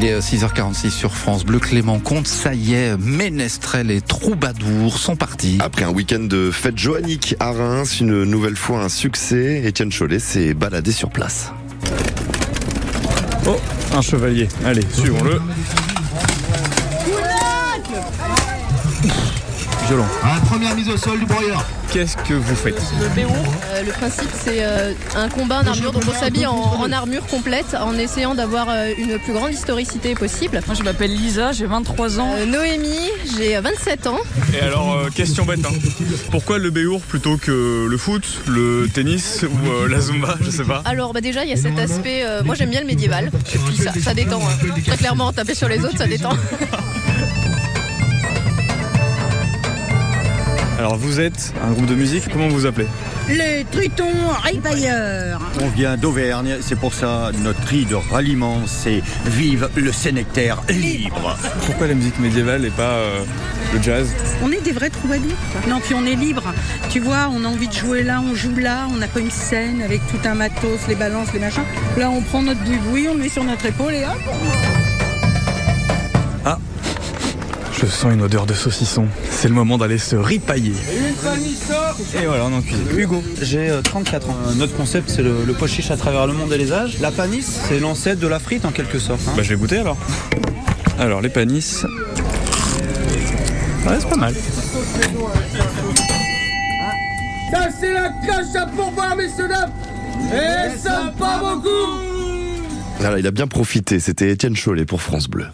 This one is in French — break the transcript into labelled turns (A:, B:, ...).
A: Il est 6h46 sur France Bleu. Clément Comte, ça y est, Ménestrel et Troubadour sont partis.
B: Après un week-end de fête joannique à Reims, une nouvelle fois un succès, Étienne Cholet s'est baladé sur place.
C: Oh, un chevalier. Allez, suivons-le. Violent.
D: Ah, première mise au sol du broyeur.
C: Qu'est-ce que vous faites
E: Le béour, euh, le principe c'est euh, un combat en armure, donc on s'habille en, en armure complète en essayant d'avoir euh, une plus grande historicité possible.
F: Moi, je m'appelle Lisa, j'ai 23 ans.
E: Euh, Noémie, j'ai 27 ans.
C: Et alors, euh, question bête. hein. Pourquoi le béour plutôt que le foot, le tennis ou euh, la zumba Je sais pas.
E: Alors bah déjà il y a cet aspect, euh, moi j'aime bien le médiéval, et puis ça, ça détend. hein. Très clairement, taper sur les autres ça détend.
C: Alors, vous êtes un groupe de musique. Comment vous vous appelez
G: Les tritons ripailleurs.
H: On vient d'Auvergne, c'est pour ça notre cri de ralliement, c'est Vive le Sénéctaire libre
C: Pourquoi la musique médiévale et pas euh, le jazz
G: On est des vrais troubadours. quoi. Non, puis on est libre. Tu vois, on a envie de jouer là, on joue là, on n'a pas une scène avec tout un matos, les balances, les machins. Là, on prend notre boui on le met sur notre épaule et hop.
C: Je sens une odeur de saucisson. C'est le moment d'aller se ripailler. Et voilà, on est en cuisine.
I: Hugo, j'ai euh, 34 ans. Euh, Notre concept, c'est le, le pois chiche à travers le monde et les âges. La panisse, c'est l'ancêtre de la frite en quelque sorte. hein.
C: Bah, je vais goûter alors. Alors, les panisses. Ouais, c'est pas mal.
J: Ça c'est la cache à pourvoir, messieurs dames Et ça part beaucoup
B: Voilà, il a bien profité, c'était Étienne Cholet pour France Bleu.